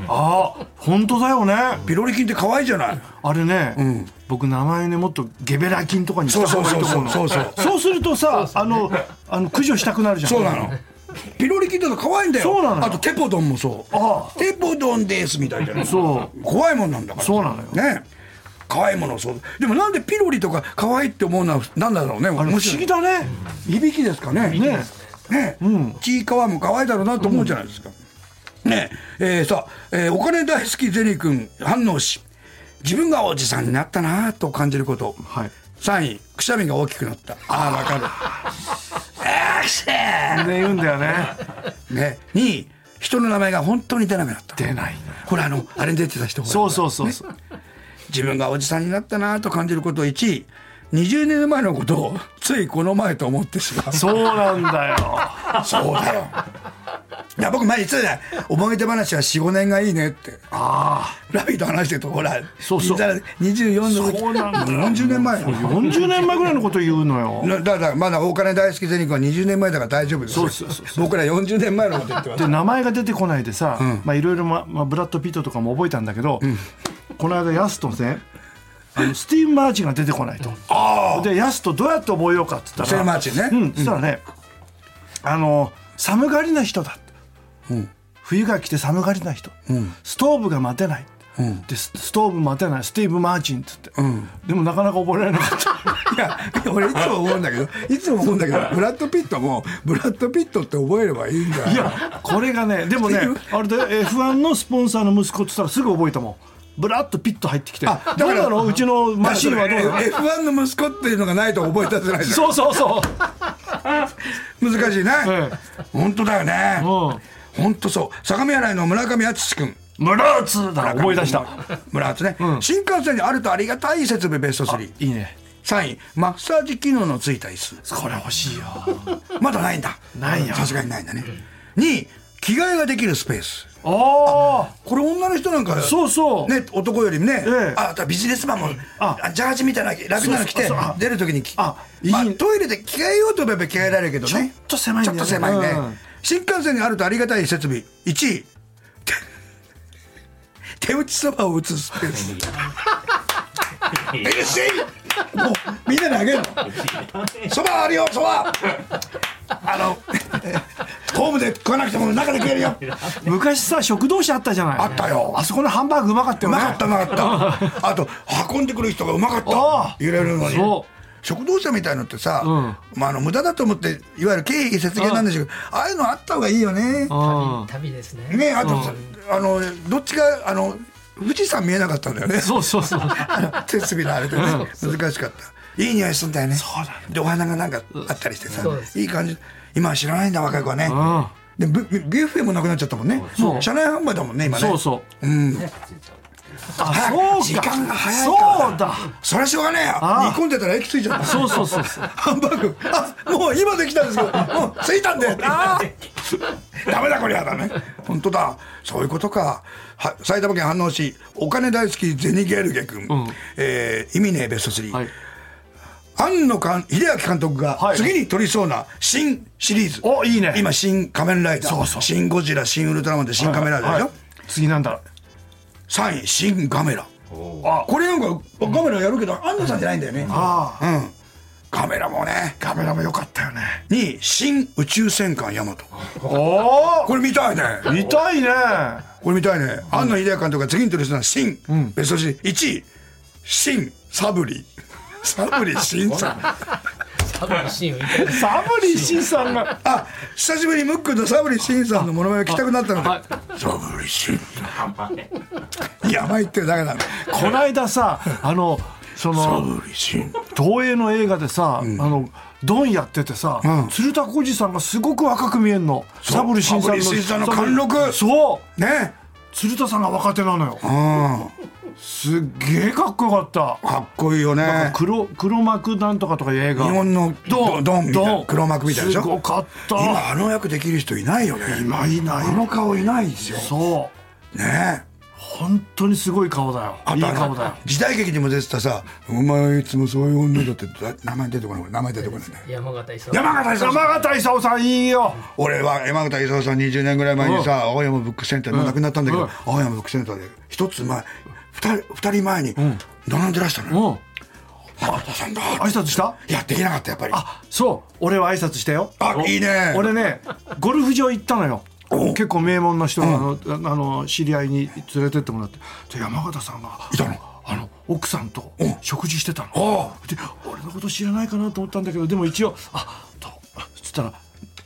[SPEAKER 2] あ本当だよね
[SPEAKER 1] ピロリ菌って可愛いじゃない
[SPEAKER 2] あれね、僕名前ねもっとゲベラ菌とかにした方がいいと思うの
[SPEAKER 1] そうそうそうそ
[SPEAKER 2] そうするとさ、あのあの駆除したくなるじゃん
[SPEAKER 1] そうなのピロリ菌って可愛いんだよ
[SPEAKER 2] そうなのよ
[SPEAKER 1] あとテポドンもそう
[SPEAKER 2] あ
[SPEAKER 1] テポドンですみたいじゃない
[SPEAKER 2] そ
[SPEAKER 1] 怖いもんなんだから
[SPEAKER 2] そうなのよ
[SPEAKER 1] ね可愛いものをそうでもなんでピロリとか可愛いって思うのはなんだろうね
[SPEAKER 2] あれ不
[SPEAKER 1] 面
[SPEAKER 2] 思
[SPEAKER 1] 白い
[SPEAKER 2] 議だね
[SPEAKER 1] いびきですかね
[SPEAKER 2] ね
[SPEAKER 1] ねちいかわも可愛いだろうなと思うじゃないですか、ねえーさあ、えーお金大好きゼニー君反応し自分がおじさんになったなぁと感じること、
[SPEAKER 2] はい
[SPEAKER 1] 3位くしゃみが大きくなったああわか るあーくしゃ
[SPEAKER 2] ね言うんだよね
[SPEAKER 1] ーね2位人の名前が本当に出なくなった
[SPEAKER 2] 出ない
[SPEAKER 1] ほらあのあれに出てた人ほら
[SPEAKER 2] そうそうそうそう、
[SPEAKER 1] 自分がおじさんになったなぁと感じること1位20年前のことをついこの前と思ってしまう
[SPEAKER 2] そうなんだよ
[SPEAKER 1] そうだよ。いや僕前言ってたじゃない思い出話は45年がいいねって「
[SPEAKER 2] あ
[SPEAKER 1] ラビット!」話してるとほら
[SPEAKER 2] そうそ
[SPEAKER 1] 銀
[SPEAKER 2] う
[SPEAKER 1] 座で24の時
[SPEAKER 2] そうなんだ
[SPEAKER 1] 40年前
[SPEAKER 2] あ40年前ぐらいのこと言うのよ
[SPEAKER 1] なだからまだ大金大好きゼニ君は20年前だから大丈夫ですよ
[SPEAKER 2] そうそうそう
[SPEAKER 1] 僕ら40年前のこと言ってます
[SPEAKER 2] で名前が出てこないでさ、まあいろいろま、まあ、ブラッド・ピットとかも覚えたんだけど、この間ヤスとねあのスティーブ・マーチンが出てこないと
[SPEAKER 1] あ
[SPEAKER 2] でヤスとどうやって覚えようかって言
[SPEAKER 1] あ
[SPEAKER 2] った
[SPEAKER 1] セ
[SPEAKER 2] ら
[SPEAKER 1] イマーチンね、
[SPEAKER 2] うん、そしたらね、あの寒がりな人だって、冬が来て寒がりな人、ストーブが待てない、でスストーブ待てないスティーブ・マーチンっつって、でもなかなか覚えられなかった
[SPEAKER 1] いや俺いつも思うんだけどいつも思うんだけどブラッド・ピットもブラッド・ピットって覚えればいいんだよ
[SPEAKER 2] いやこれがねでもねあれで F1 のスポンサーの息子っつったらすぐ覚えたもんブラッとピッと入ってきてど
[SPEAKER 1] あだから
[SPEAKER 2] うなのうちのマシンはどうなの
[SPEAKER 1] F1 の息子っていうのがないと覚えたじゃないですか
[SPEAKER 2] そうそうそう
[SPEAKER 1] 難しいね、
[SPEAKER 2] え
[SPEAKER 1] 本当だよね、
[SPEAKER 2] うん
[SPEAKER 1] 本当そう相模原の村上敦君
[SPEAKER 2] 村津だ思い出した
[SPEAKER 1] 村津ね、新幹線にあるとありがたい設備ベスト3
[SPEAKER 2] いいね
[SPEAKER 1] 3位マッサージ機能のついた椅子
[SPEAKER 2] これ欲しいよ
[SPEAKER 1] まだないんだ
[SPEAKER 2] ないよ
[SPEAKER 1] さすがにないんだね2位着替えができるスペース
[SPEAKER 2] あ
[SPEAKER 1] これ女の人なんか
[SPEAKER 2] あそうそう、
[SPEAKER 1] ね、男よりもね、
[SPEAKER 2] ええ
[SPEAKER 1] ああとはビジネスマンも
[SPEAKER 2] あ
[SPEAKER 1] あジャージみたいな楽なの着て
[SPEAKER 2] そうそうそうあ
[SPEAKER 1] 出るときにき
[SPEAKER 2] あ
[SPEAKER 1] まあ
[SPEAKER 2] いい
[SPEAKER 1] トイレで着替えようと思えば着替えられるけどね
[SPEAKER 2] ちょっと狭いんだよね
[SPEAKER 1] ちょっと狭いね、
[SPEAKER 2] うん
[SPEAKER 1] 新幹線にあるとありがたい設備1位 手手打ちそばを打つスペース嬉しいもうみんなにあげるのそばあるよそばあのホームで食わなくても中で食えるよ
[SPEAKER 2] 昔さ食堂車あったじゃない
[SPEAKER 1] あったよ
[SPEAKER 2] あそこのハンバーグうまかった
[SPEAKER 1] う
[SPEAKER 2] よね
[SPEAKER 1] まかったうまかったあと運んでくる人がうまか
[SPEAKER 2] ああ
[SPEAKER 1] った揺れるのに
[SPEAKER 2] そ
[SPEAKER 1] 食堂車みたいのってさ、
[SPEAKER 2] う
[SPEAKER 1] まあ、あの無駄だと思っていわゆる経費節減なんでしょうけどああいうのあった方がいいよね
[SPEAKER 2] うん
[SPEAKER 3] 旅ですね。
[SPEAKER 1] ねあとさあのどっちがあの富士山見えなかったんだよ ね
[SPEAKER 2] そうそうそう
[SPEAKER 1] あの設備のあれでね難しかったいい匂いするんだよね
[SPEAKER 2] そうだね
[SPEAKER 1] でお花がなんかあったりしてさ
[SPEAKER 3] そうです
[SPEAKER 1] いい感じ今は知らないんだ若い子はね
[SPEAKER 2] うん
[SPEAKER 1] でビビュッフェもなくなっちゃったもんね
[SPEAKER 2] そう
[SPEAKER 1] もう車内販売だもんね今ね
[SPEAKER 2] そうそう
[SPEAKER 1] うん
[SPEAKER 2] あそうか
[SPEAKER 1] 時間が早いから
[SPEAKER 2] そうだ
[SPEAKER 1] そりゃしょうがねえよ
[SPEAKER 2] ああ
[SPEAKER 1] 煮込んでたら液ついちゃった
[SPEAKER 2] そうそうそうそう
[SPEAKER 1] ハンバーグあもう今できたんですけどもうついたんでああダメだこりゃだね本当だそういうことかは埼玉県飯能市お金大好きゼニゲルゲ君、
[SPEAKER 2] ん
[SPEAKER 1] えー、意味ねえベスト3、
[SPEAKER 2] はい
[SPEAKER 1] 庵野監秀明監督が
[SPEAKER 2] はい
[SPEAKER 1] 次に撮りそうな新シリーズ、
[SPEAKER 2] おいいね
[SPEAKER 1] 今新仮面ライダー
[SPEAKER 2] そうそう
[SPEAKER 1] 新ゴジラ新ウルトラマンで新仮面ライダーでしょ、
[SPEAKER 2] はい次なんだ
[SPEAKER 1] 3位新ガメラ
[SPEAKER 2] あ
[SPEAKER 1] これなんかガメラやるけど安藤さんじゃないんだよね
[SPEAKER 2] あ
[SPEAKER 1] うんガメラもね
[SPEAKER 2] カメラも良かったよね
[SPEAKER 1] 2位新宇宙戦艦ヤマト
[SPEAKER 2] お
[SPEAKER 1] これ見たいね
[SPEAKER 2] お見たいね
[SPEAKER 1] これ見たいね庵野秀明監督が次に取りするのは新、ベストシリーズ1位新サブ リサブリ新さん
[SPEAKER 3] 多分シーンをいただき
[SPEAKER 2] サブリーシンさんが
[SPEAKER 1] あ久しぶりにムックとサブリ新さんのモノマネが来たくなったので
[SPEAKER 2] はい
[SPEAKER 1] サブリ新さんやばいってるだけなの
[SPEAKER 2] こないださあのそ
[SPEAKER 1] サ
[SPEAKER 2] の
[SPEAKER 1] ブリ新
[SPEAKER 2] 東映の映画でさ、あのドンやっててさ、
[SPEAKER 1] ん
[SPEAKER 2] 鶴田浩二さんがすごく若く見えんの
[SPEAKER 1] う
[SPEAKER 2] サブリシンさんの
[SPEAKER 1] サブリシンさんの貫禄
[SPEAKER 2] そう
[SPEAKER 1] ね
[SPEAKER 2] 鶴田さんが若手なのよ
[SPEAKER 1] うん
[SPEAKER 2] すっげえかっこよかった
[SPEAKER 1] かっこいいよね
[SPEAKER 2] 黒黒幕なんとかとかいう映画
[SPEAKER 1] 日本のドンドンみたいな黒幕みたいでしょ
[SPEAKER 2] すごかった
[SPEAKER 1] 今あの役できる人いないよね
[SPEAKER 2] 今いない
[SPEAKER 1] あの顔いないですよ
[SPEAKER 2] そう
[SPEAKER 1] ねえ
[SPEAKER 2] 本当にすごい顔だよ
[SPEAKER 1] あ
[SPEAKER 2] いい
[SPEAKER 1] とあ
[SPEAKER 2] 顔
[SPEAKER 1] の
[SPEAKER 2] だよ
[SPEAKER 1] 時代劇にも出てたさ「お前いつもそういう女だ」ってだ名前出てこない名前出てこないね
[SPEAKER 3] 山形磯。
[SPEAKER 1] 山形さん
[SPEAKER 2] 山形勲さんいいよ
[SPEAKER 1] 俺は山形勲さん20年ぐらい前にさ青山ブックセンターもう亡くなったんだけど、
[SPEAKER 2] うん
[SPEAKER 1] 青山ブックセンターで一つ前二人二人前に並んでらしたのよ、
[SPEAKER 2] うん
[SPEAKER 1] 山形さんだ
[SPEAKER 2] 挨拶した
[SPEAKER 1] いやできなかったやっぱり
[SPEAKER 2] あそう俺は挨拶したよ
[SPEAKER 1] あいいね
[SPEAKER 2] 俺ねゴルフ場行ったのよ
[SPEAKER 1] お
[SPEAKER 2] 結構名門の人があの,、あの知り合いに連れてってもらってで山形さんが
[SPEAKER 1] いたの
[SPEAKER 2] あの奥さんと
[SPEAKER 1] うん
[SPEAKER 2] 食事してたの
[SPEAKER 1] あ
[SPEAKER 2] で俺のこと知らないかなと思ったんだけどでも一応「あと」つったら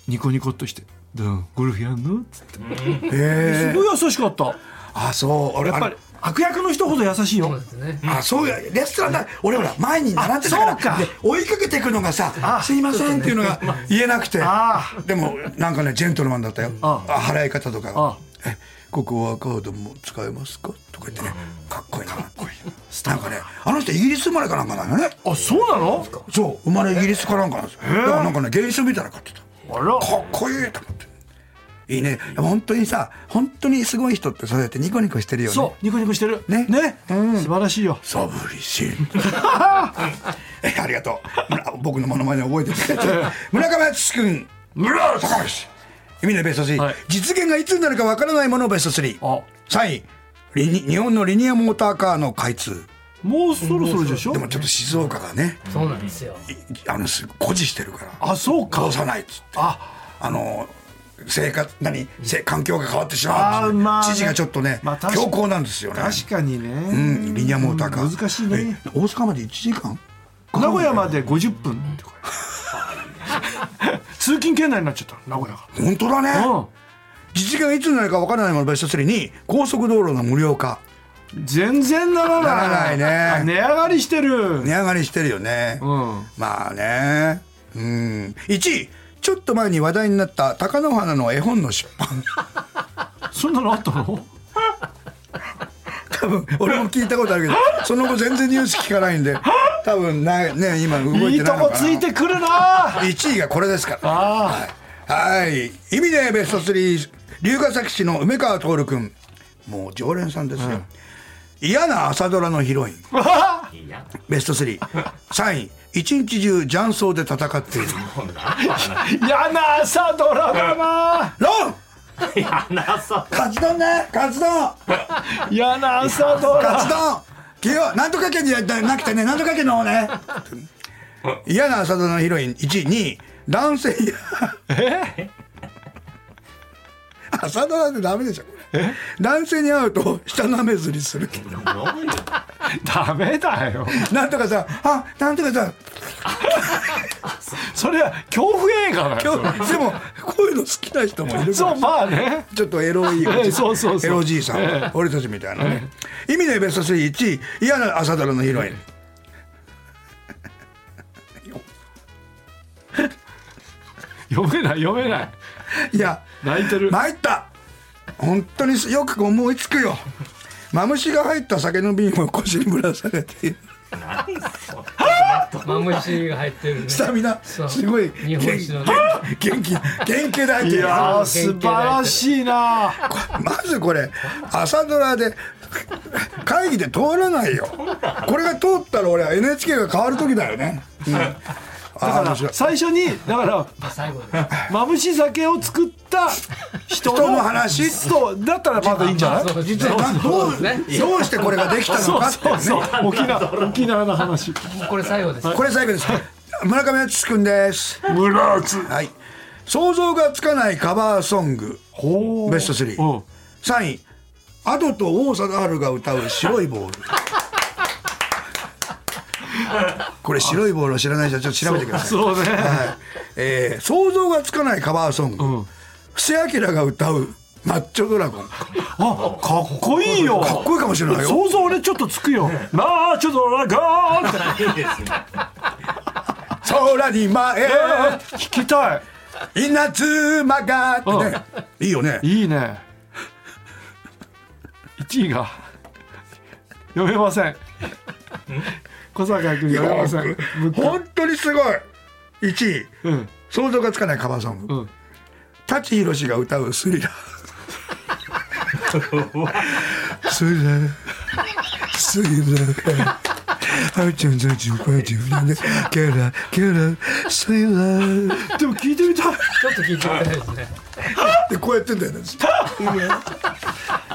[SPEAKER 2] ニコニコっとして「どうゴルフやんの?」っつって
[SPEAKER 1] へ
[SPEAKER 2] す
[SPEAKER 1] え
[SPEAKER 2] ごい優しかった
[SPEAKER 1] あそう俺
[SPEAKER 2] やっぱり悪役の人ほど優しい
[SPEAKER 3] そう
[SPEAKER 2] よ
[SPEAKER 3] ですね。
[SPEAKER 1] あそうやレストランだ俺ほら前に並んでたから
[SPEAKER 2] あそうか
[SPEAKER 1] で追いかけていくのがさ「すいません」っていうのが言えなくて
[SPEAKER 2] あ
[SPEAKER 1] でもなんかねジェントルマンだったよ
[SPEAKER 2] あ
[SPEAKER 1] あ払い方とか
[SPEAKER 2] あ
[SPEAKER 1] が「えここはカードも使えますか?」とか言ってねかっこいいなかっこいいなんかねあの人イギリス生まれかなんかなのね
[SPEAKER 2] あそうなの
[SPEAKER 1] そう生まれイギリスかなんかなんですよだからなんかね芸術みたいなの買ってた
[SPEAKER 2] あら
[SPEAKER 1] かっこいいと思っていいね本当にさ本当にすごい人ってそうやってニコニコしてるよね
[SPEAKER 2] そうニコニコしてる
[SPEAKER 1] ね
[SPEAKER 2] ね素晴らしいよ
[SPEAKER 1] サブリシン えありがとう村僕のモノマネ覚えててくれて 村上敦君村高橋意味のベスト3、
[SPEAKER 2] はい
[SPEAKER 1] 実現がいつになるかわからないものをベスト
[SPEAKER 2] あ
[SPEAKER 1] 33位リニ日本のリニアモーターカーの開通
[SPEAKER 2] もうそろそろでしょ
[SPEAKER 1] でもちょっと静岡がね
[SPEAKER 3] そうなんですよ。
[SPEAKER 1] いあのす誇示してるから
[SPEAKER 2] あそうか
[SPEAKER 1] 通さないっつって
[SPEAKER 2] あ
[SPEAKER 1] あの生活何せ環境が変わってし
[SPEAKER 2] あ
[SPEAKER 1] ま
[SPEAKER 2] ー
[SPEAKER 1] う、
[SPEAKER 2] まあね
[SPEAKER 1] 知事がちょっとね、
[SPEAKER 2] まあ確か
[SPEAKER 1] 強硬なんですよね
[SPEAKER 2] 確かにね
[SPEAKER 1] うん、リニアモーターカー、
[SPEAKER 2] うん難しいね
[SPEAKER 1] え大阪まで1時間
[SPEAKER 2] 名古屋まで50分ってこれ 通勤圏内になっちゃった名古屋
[SPEAKER 1] 本当だね、
[SPEAKER 2] が
[SPEAKER 1] 実現がいつになるかわからないものベスト3に高速道路の無料化
[SPEAKER 2] うん全然ならない
[SPEAKER 1] ならないね
[SPEAKER 2] あ値上がりしてる
[SPEAKER 1] 値上がりしてるよね、
[SPEAKER 2] うん
[SPEAKER 1] まあねうん1位ちょっと前に話題になった貴乃花の絵本の出版
[SPEAKER 2] そんなのあったの
[SPEAKER 1] 多分俺も聞いたことあるけどその後全然ニュース聞かないんで多分なね今動い
[SPEAKER 2] いい
[SPEAKER 1] て
[SPEAKER 2] と
[SPEAKER 1] ないの
[SPEAKER 2] こ
[SPEAKER 1] か
[SPEAKER 2] つ
[SPEAKER 1] ない
[SPEAKER 2] てくるなあ
[SPEAKER 1] 1位がこれですから
[SPEAKER 2] あ
[SPEAKER 1] はい意味でベスト3龍ヶ崎市の梅川徹君もう常連さんですよ、嫌な朝ドラのヒロイン
[SPEAKER 2] あ
[SPEAKER 4] いいな。
[SPEAKER 1] ベスト33位一日中雀荘で戦っている
[SPEAKER 4] こんな話。
[SPEAKER 2] 嫌な朝ドラだな
[SPEAKER 1] ロン
[SPEAKER 4] いや、話さ。
[SPEAKER 1] カツ丼ねカツ丼
[SPEAKER 2] 嫌な朝ド
[SPEAKER 1] カツ
[SPEAKER 2] ラ
[SPEAKER 1] 丼企業なんとか県じゃなくてねなんとか県の方ね嫌な朝ドラのヒロイン1位2位男性や
[SPEAKER 2] え
[SPEAKER 1] 朝ドラでダメでしょこれ男性に会うと舌なめずりする
[SPEAKER 4] どういう
[SPEAKER 2] ダメだよ
[SPEAKER 1] なんとかさんあなんとかさん
[SPEAKER 2] それは恐怖映画だ
[SPEAKER 1] 今
[SPEAKER 2] よ
[SPEAKER 1] 日でもこういうの好きな人もいるから
[SPEAKER 2] そうまあね
[SPEAKER 1] ちょっとエロい
[SPEAKER 2] ええ そうそうそう
[SPEAKER 1] エロじいさん、俺たちみたいなね、意味でベスト31位嫌な朝ドラのヒロイン、
[SPEAKER 2] 読めない読めない
[SPEAKER 1] いや
[SPEAKER 2] 泣いてる
[SPEAKER 1] 参った本当によく思いつくよマムシが入った酒の瓶を腰にぶら下げて
[SPEAKER 4] 何そ
[SPEAKER 3] マムシが入ってるね
[SPEAKER 1] スタミナ
[SPEAKER 3] そう
[SPEAKER 1] すごい
[SPEAKER 3] 日本酒のね
[SPEAKER 1] 元気元気元気で入っ
[SPEAKER 2] い
[SPEAKER 1] てる
[SPEAKER 2] やー素晴らしいな
[SPEAKER 1] こまずこれ朝ドラで会議で通らないよこれが通ったら俺は NHK が変わる時だよね、うん、ああ面白い
[SPEAKER 2] 最初にだから
[SPEAKER 3] 最後に
[SPEAKER 2] まぶし酒を作った人の
[SPEAKER 1] 人の話
[SPEAKER 2] そうだったらまだいいんじゃない
[SPEAKER 3] そう
[SPEAKER 1] 実はな
[SPEAKER 3] そ
[SPEAKER 1] ど
[SPEAKER 3] う
[SPEAKER 1] う
[SPEAKER 3] ですね
[SPEAKER 1] どうしてこれができたのかってい
[SPEAKER 2] そううそう
[SPEAKER 1] ね
[SPEAKER 2] 沖縄沖縄の話
[SPEAKER 3] これ最後です
[SPEAKER 1] これ最後です村上敦君です
[SPEAKER 2] 村津
[SPEAKER 1] はい想像がつかないカバーソング
[SPEAKER 2] ほう
[SPEAKER 1] ベスト3
[SPEAKER 2] うん
[SPEAKER 1] 3位アドと王貞治が歌う「白いボール」これ白いボールを知らない人はちょっと調べてください、
[SPEAKER 2] そうね
[SPEAKER 1] はいえー想像がつかないカバーソング、
[SPEAKER 2] うん
[SPEAKER 1] 布施明が歌う「マッチョドラゴン」か
[SPEAKER 2] あかっこいいよ
[SPEAKER 1] っこいいかもしれないよ
[SPEAKER 2] 想像俺ちょっとつくよマーチョドラガーンっ て
[SPEAKER 4] う。いいですね。
[SPEAKER 1] 空に舞え
[SPEAKER 2] えー聞きたい
[SPEAKER 1] 稲妻がってね、いいよね
[SPEAKER 2] いいね1位が読めません小坂君読めませんむっ
[SPEAKER 1] 本当にすごい1位
[SPEAKER 2] うん
[SPEAKER 1] 想像がつかないカバーソング、
[SPEAKER 2] うん
[SPEAKER 1] 舘ひろしが歌う「スリラー」スリラースリラーあちゅんちゅんちゅんこんちゅんなんでキャラキャラスリラー
[SPEAKER 2] でも聞いてみたい
[SPEAKER 3] ちょっと聞いてみたいですね
[SPEAKER 1] でこうやってんだよね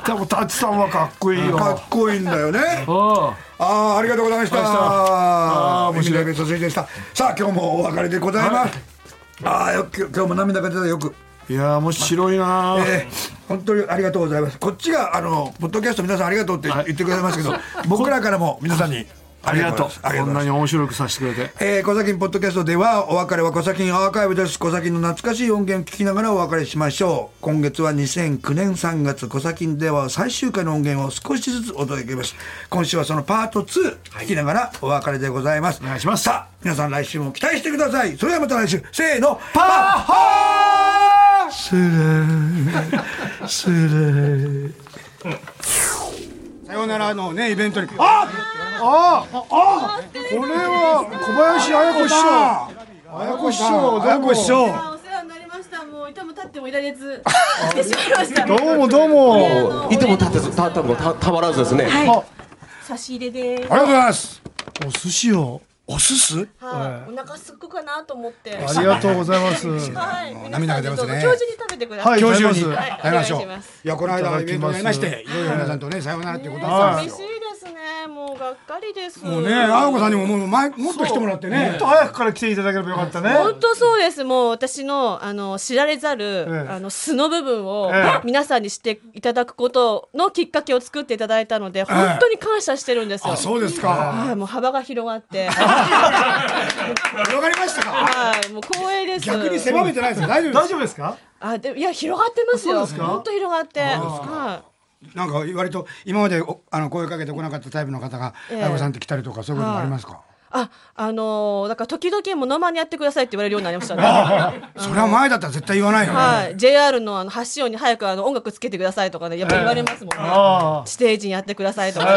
[SPEAKER 2] でもタッチさんはかっこいいよ
[SPEAKER 1] かっこいいんだよね
[SPEAKER 2] あ
[SPEAKER 1] あーありがとうございました。あー
[SPEAKER 2] あー
[SPEAKER 1] 面
[SPEAKER 2] 面白
[SPEAKER 1] 白
[SPEAKER 2] い
[SPEAKER 1] いベスト3でした。さあ今日もお別れでございます。ああーよく今日も涙が出たよく。
[SPEAKER 2] あいやー面白いなー、
[SPEAKER 1] えー本当にありがとうございます。こっちがあのポッドキャスト皆さんありがとうって
[SPEAKER 2] はい
[SPEAKER 1] 言ってくださいましたけど、僕らからも皆さんに
[SPEAKER 2] ありがとう
[SPEAKER 1] ありがとうござい
[SPEAKER 2] こん
[SPEAKER 1] ま
[SPEAKER 2] な
[SPEAKER 1] す。
[SPEAKER 2] に面白くさせてくれて
[SPEAKER 1] えー、小崎ポッドキャストではお別れは小崎アーカイブです小崎の懐かしい音源を聞きながらお別れしましょう今月は2009年3月小崎では最終回の音源を少しずつお届けします今週はそのパート2聞きながらお別れでございます、
[SPEAKER 2] お願いします
[SPEAKER 1] さあ皆さん来週も期待してくださいそれではまた来週せーの
[SPEAKER 2] パーホー
[SPEAKER 1] スレスレさようならのねイベントにあ
[SPEAKER 2] あああこれは小林綾子師匠綾子師匠
[SPEAKER 1] あやこ師匠
[SPEAKER 5] お世話になりました。もういても立ってもいられず。来てしまいました。
[SPEAKER 2] どうもどうも
[SPEAKER 5] あの
[SPEAKER 6] いても立ってず、た、た、た、たまらずですね。
[SPEAKER 5] はい。差し入れで
[SPEAKER 1] ありがとうございます
[SPEAKER 2] お寿司を
[SPEAKER 1] おすす
[SPEAKER 5] はい。お腹すくかなと思って。
[SPEAKER 2] ありがとうございます
[SPEAKER 5] はい。
[SPEAKER 1] 涙が出ますね
[SPEAKER 5] 皆さんどうぞ今日中に食べてくださ。
[SPEAKER 2] はいい
[SPEAKER 1] 今日中に
[SPEAKER 2] ございます
[SPEAKER 1] やりましょう。
[SPEAKER 5] はいいお願いします
[SPEAKER 1] や、この間
[SPEAKER 2] いただ
[SPEAKER 1] イ
[SPEAKER 2] きます
[SPEAKER 1] ベントやりまして、いろいろ皆さんとね、さようならっていうことだったん
[SPEAKER 5] 寂
[SPEAKER 1] で
[SPEAKER 5] しい
[SPEAKER 1] す
[SPEAKER 5] で
[SPEAKER 1] よ。
[SPEAKER 5] すね。もうがっかりです。
[SPEAKER 1] もうね、あやこさんにももう前もっと来てもらって
[SPEAKER 2] もっ
[SPEAKER 1] ね
[SPEAKER 2] と。早くから来ていただければよかったね
[SPEAKER 5] 本当そうです。もう私のあの知られざる、
[SPEAKER 2] ええ
[SPEAKER 5] あの素の部分を
[SPEAKER 2] ええ
[SPEAKER 5] 皆さんにしていただくことのきっかけを作っていただいたので、本当に感謝してるんですよ。
[SPEAKER 1] あ、そうですか。
[SPEAKER 5] はい、もう幅が広がって、
[SPEAKER 1] 広がりましたか。
[SPEAKER 5] はい、もう光栄です。
[SPEAKER 1] 逆に狭めてないですか。大丈夫
[SPEAKER 2] 大
[SPEAKER 1] で
[SPEAKER 2] 丈夫ですか
[SPEAKER 5] あでいや広がってますよ。
[SPEAKER 2] あそうですか
[SPEAKER 5] 本当広がって。は
[SPEAKER 1] す。なんか割と今までおあの声かけてこなかったタイプの方が
[SPEAKER 5] ええ
[SPEAKER 1] あやこさんって来たりとかそういうこともありますか。
[SPEAKER 5] い。あ、あのーだから時々もうノマネやってくださいって言われるようになりまし たね。
[SPEAKER 1] それは前だったら絶対言わないよね、
[SPEAKER 5] はい、JR のあの発信音に早くあの音楽つけてくださいとかね、やっぱ言われますもんね。
[SPEAKER 2] あ
[SPEAKER 5] 地底人やってくださいとか、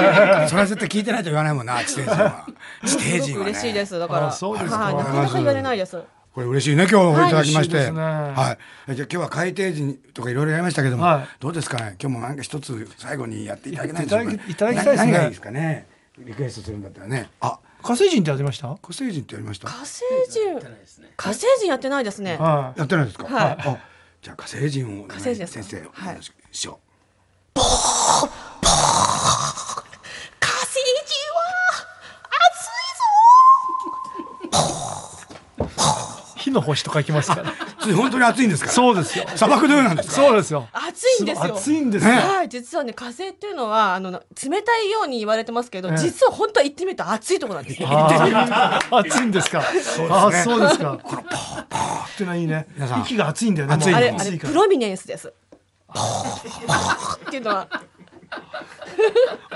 [SPEAKER 1] それは絶対聞いてないと言わないもんな地底人は地底
[SPEAKER 5] す
[SPEAKER 1] 人
[SPEAKER 5] ご
[SPEAKER 1] は
[SPEAKER 5] く
[SPEAKER 1] ね
[SPEAKER 5] 嬉しいです。だから、
[SPEAKER 2] あそうですか
[SPEAKER 5] はい、なかなか言われないです。
[SPEAKER 1] これ嬉しいね今日いただきまして、
[SPEAKER 2] は
[SPEAKER 1] はいい
[SPEAKER 2] 嬉しいですね
[SPEAKER 1] じゃあ今日は海底人とかいろいろやりましたけども、
[SPEAKER 2] はい
[SPEAKER 1] どうですかね今日もなんか一つ最後にやっていただけないでしょう
[SPEAKER 2] や
[SPEAKER 1] か
[SPEAKER 2] っていただきいただきたいです
[SPEAKER 1] な何
[SPEAKER 2] ね
[SPEAKER 1] がいいですかねリクエストするんだったらねあ
[SPEAKER 2] 火星人ってやってました
[SPEAKER 1] 火星人ってやりました
[SPEAKER 5] 火星人、火星人やってないですね。
[SPEAKER 2] は
[SPEAKER 1] やってないですか、
[SPEAKER 5] はい
[SPEAKER 1] あじゃあ火星人を
[SPEAKER 5] 火星人です
[SPEAKER 1] 先
[SPEAKER 5] か
[SPEAKER 1] 生お願いししよ
[SPEAKER 5] 火星人は熱いぞ
[SPEAKER 2] い火の星とか行きますから
[SPEAKER 1] うつい本当に暑いんですから
[SPEAKER 2] そうですよ
[SPEAKER 1] 砂漠のようなんですか
[SPEAKER 2] そうですよ
[SPEAKER 5] 暑いんですよ。
[SPEAKER 2] 暑いんですよ、
[SPEAKER 1] ね
[SPEAKER 5] はい、実はね、火星っていうのは、あの、冷たいように言われてますけど、
[SPEAKER 2] ええ
[SPEAKER 5] 実は本当は行ってみると暑いところなんですよ。
[SPEAKER 2] あー暑いんですか。あ
[SPEAKER 1] ね
[SPEAKER 2] ーそうですか。このパーパーってのはいいね
[SPEAKER 1] 皆さ。ん
[SPEAKER 2] 息が暑いんだよね。
[SPEAKER 1] 暑い
[SPEAKER 2] もう
[SPEAKER 5] あれ、あ
[SPEAKER 2] 暑
[SPEAKER 5] れ、
[SPEAKER 2] いか
[SPEAKER 5] プロミネンスです。っていうのは、
[SPEAKER 2] ら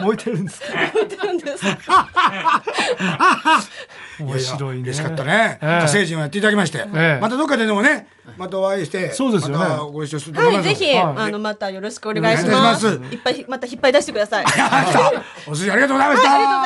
[SPEAKER 2] 燃えてるんですか。
[SPEAKER 5] 言ってるんです。
[SPEAKER 2] 面白いね。
[SPEAKER 1] 嬉しかったね、
[SPEAKER 2] ええ
[SPEAKER 1] 火星人をやっていただきまして、
[SPEAKER 2] え
[SPEAKER 1] またどっかででもねまたお会いして
[SPEAKER 2] そうですよね
[SPEAKER 1] またご一緒すると思
[SPEAKER 5] はい、
[SPEAKER 1] ます
[SPEAKER 5] ぜひ、
[SPEAKER 2] はい
[SPEAKER 5] あの、またよろしくお願いします。
[SPEAKER 1] お願いし
[SPEAKER 5] いっぱい、また引っ張り出してください。ありがとう
[SPEAKER 1] あお寿司ありがとうございました
[SPEAKER 5] ございました。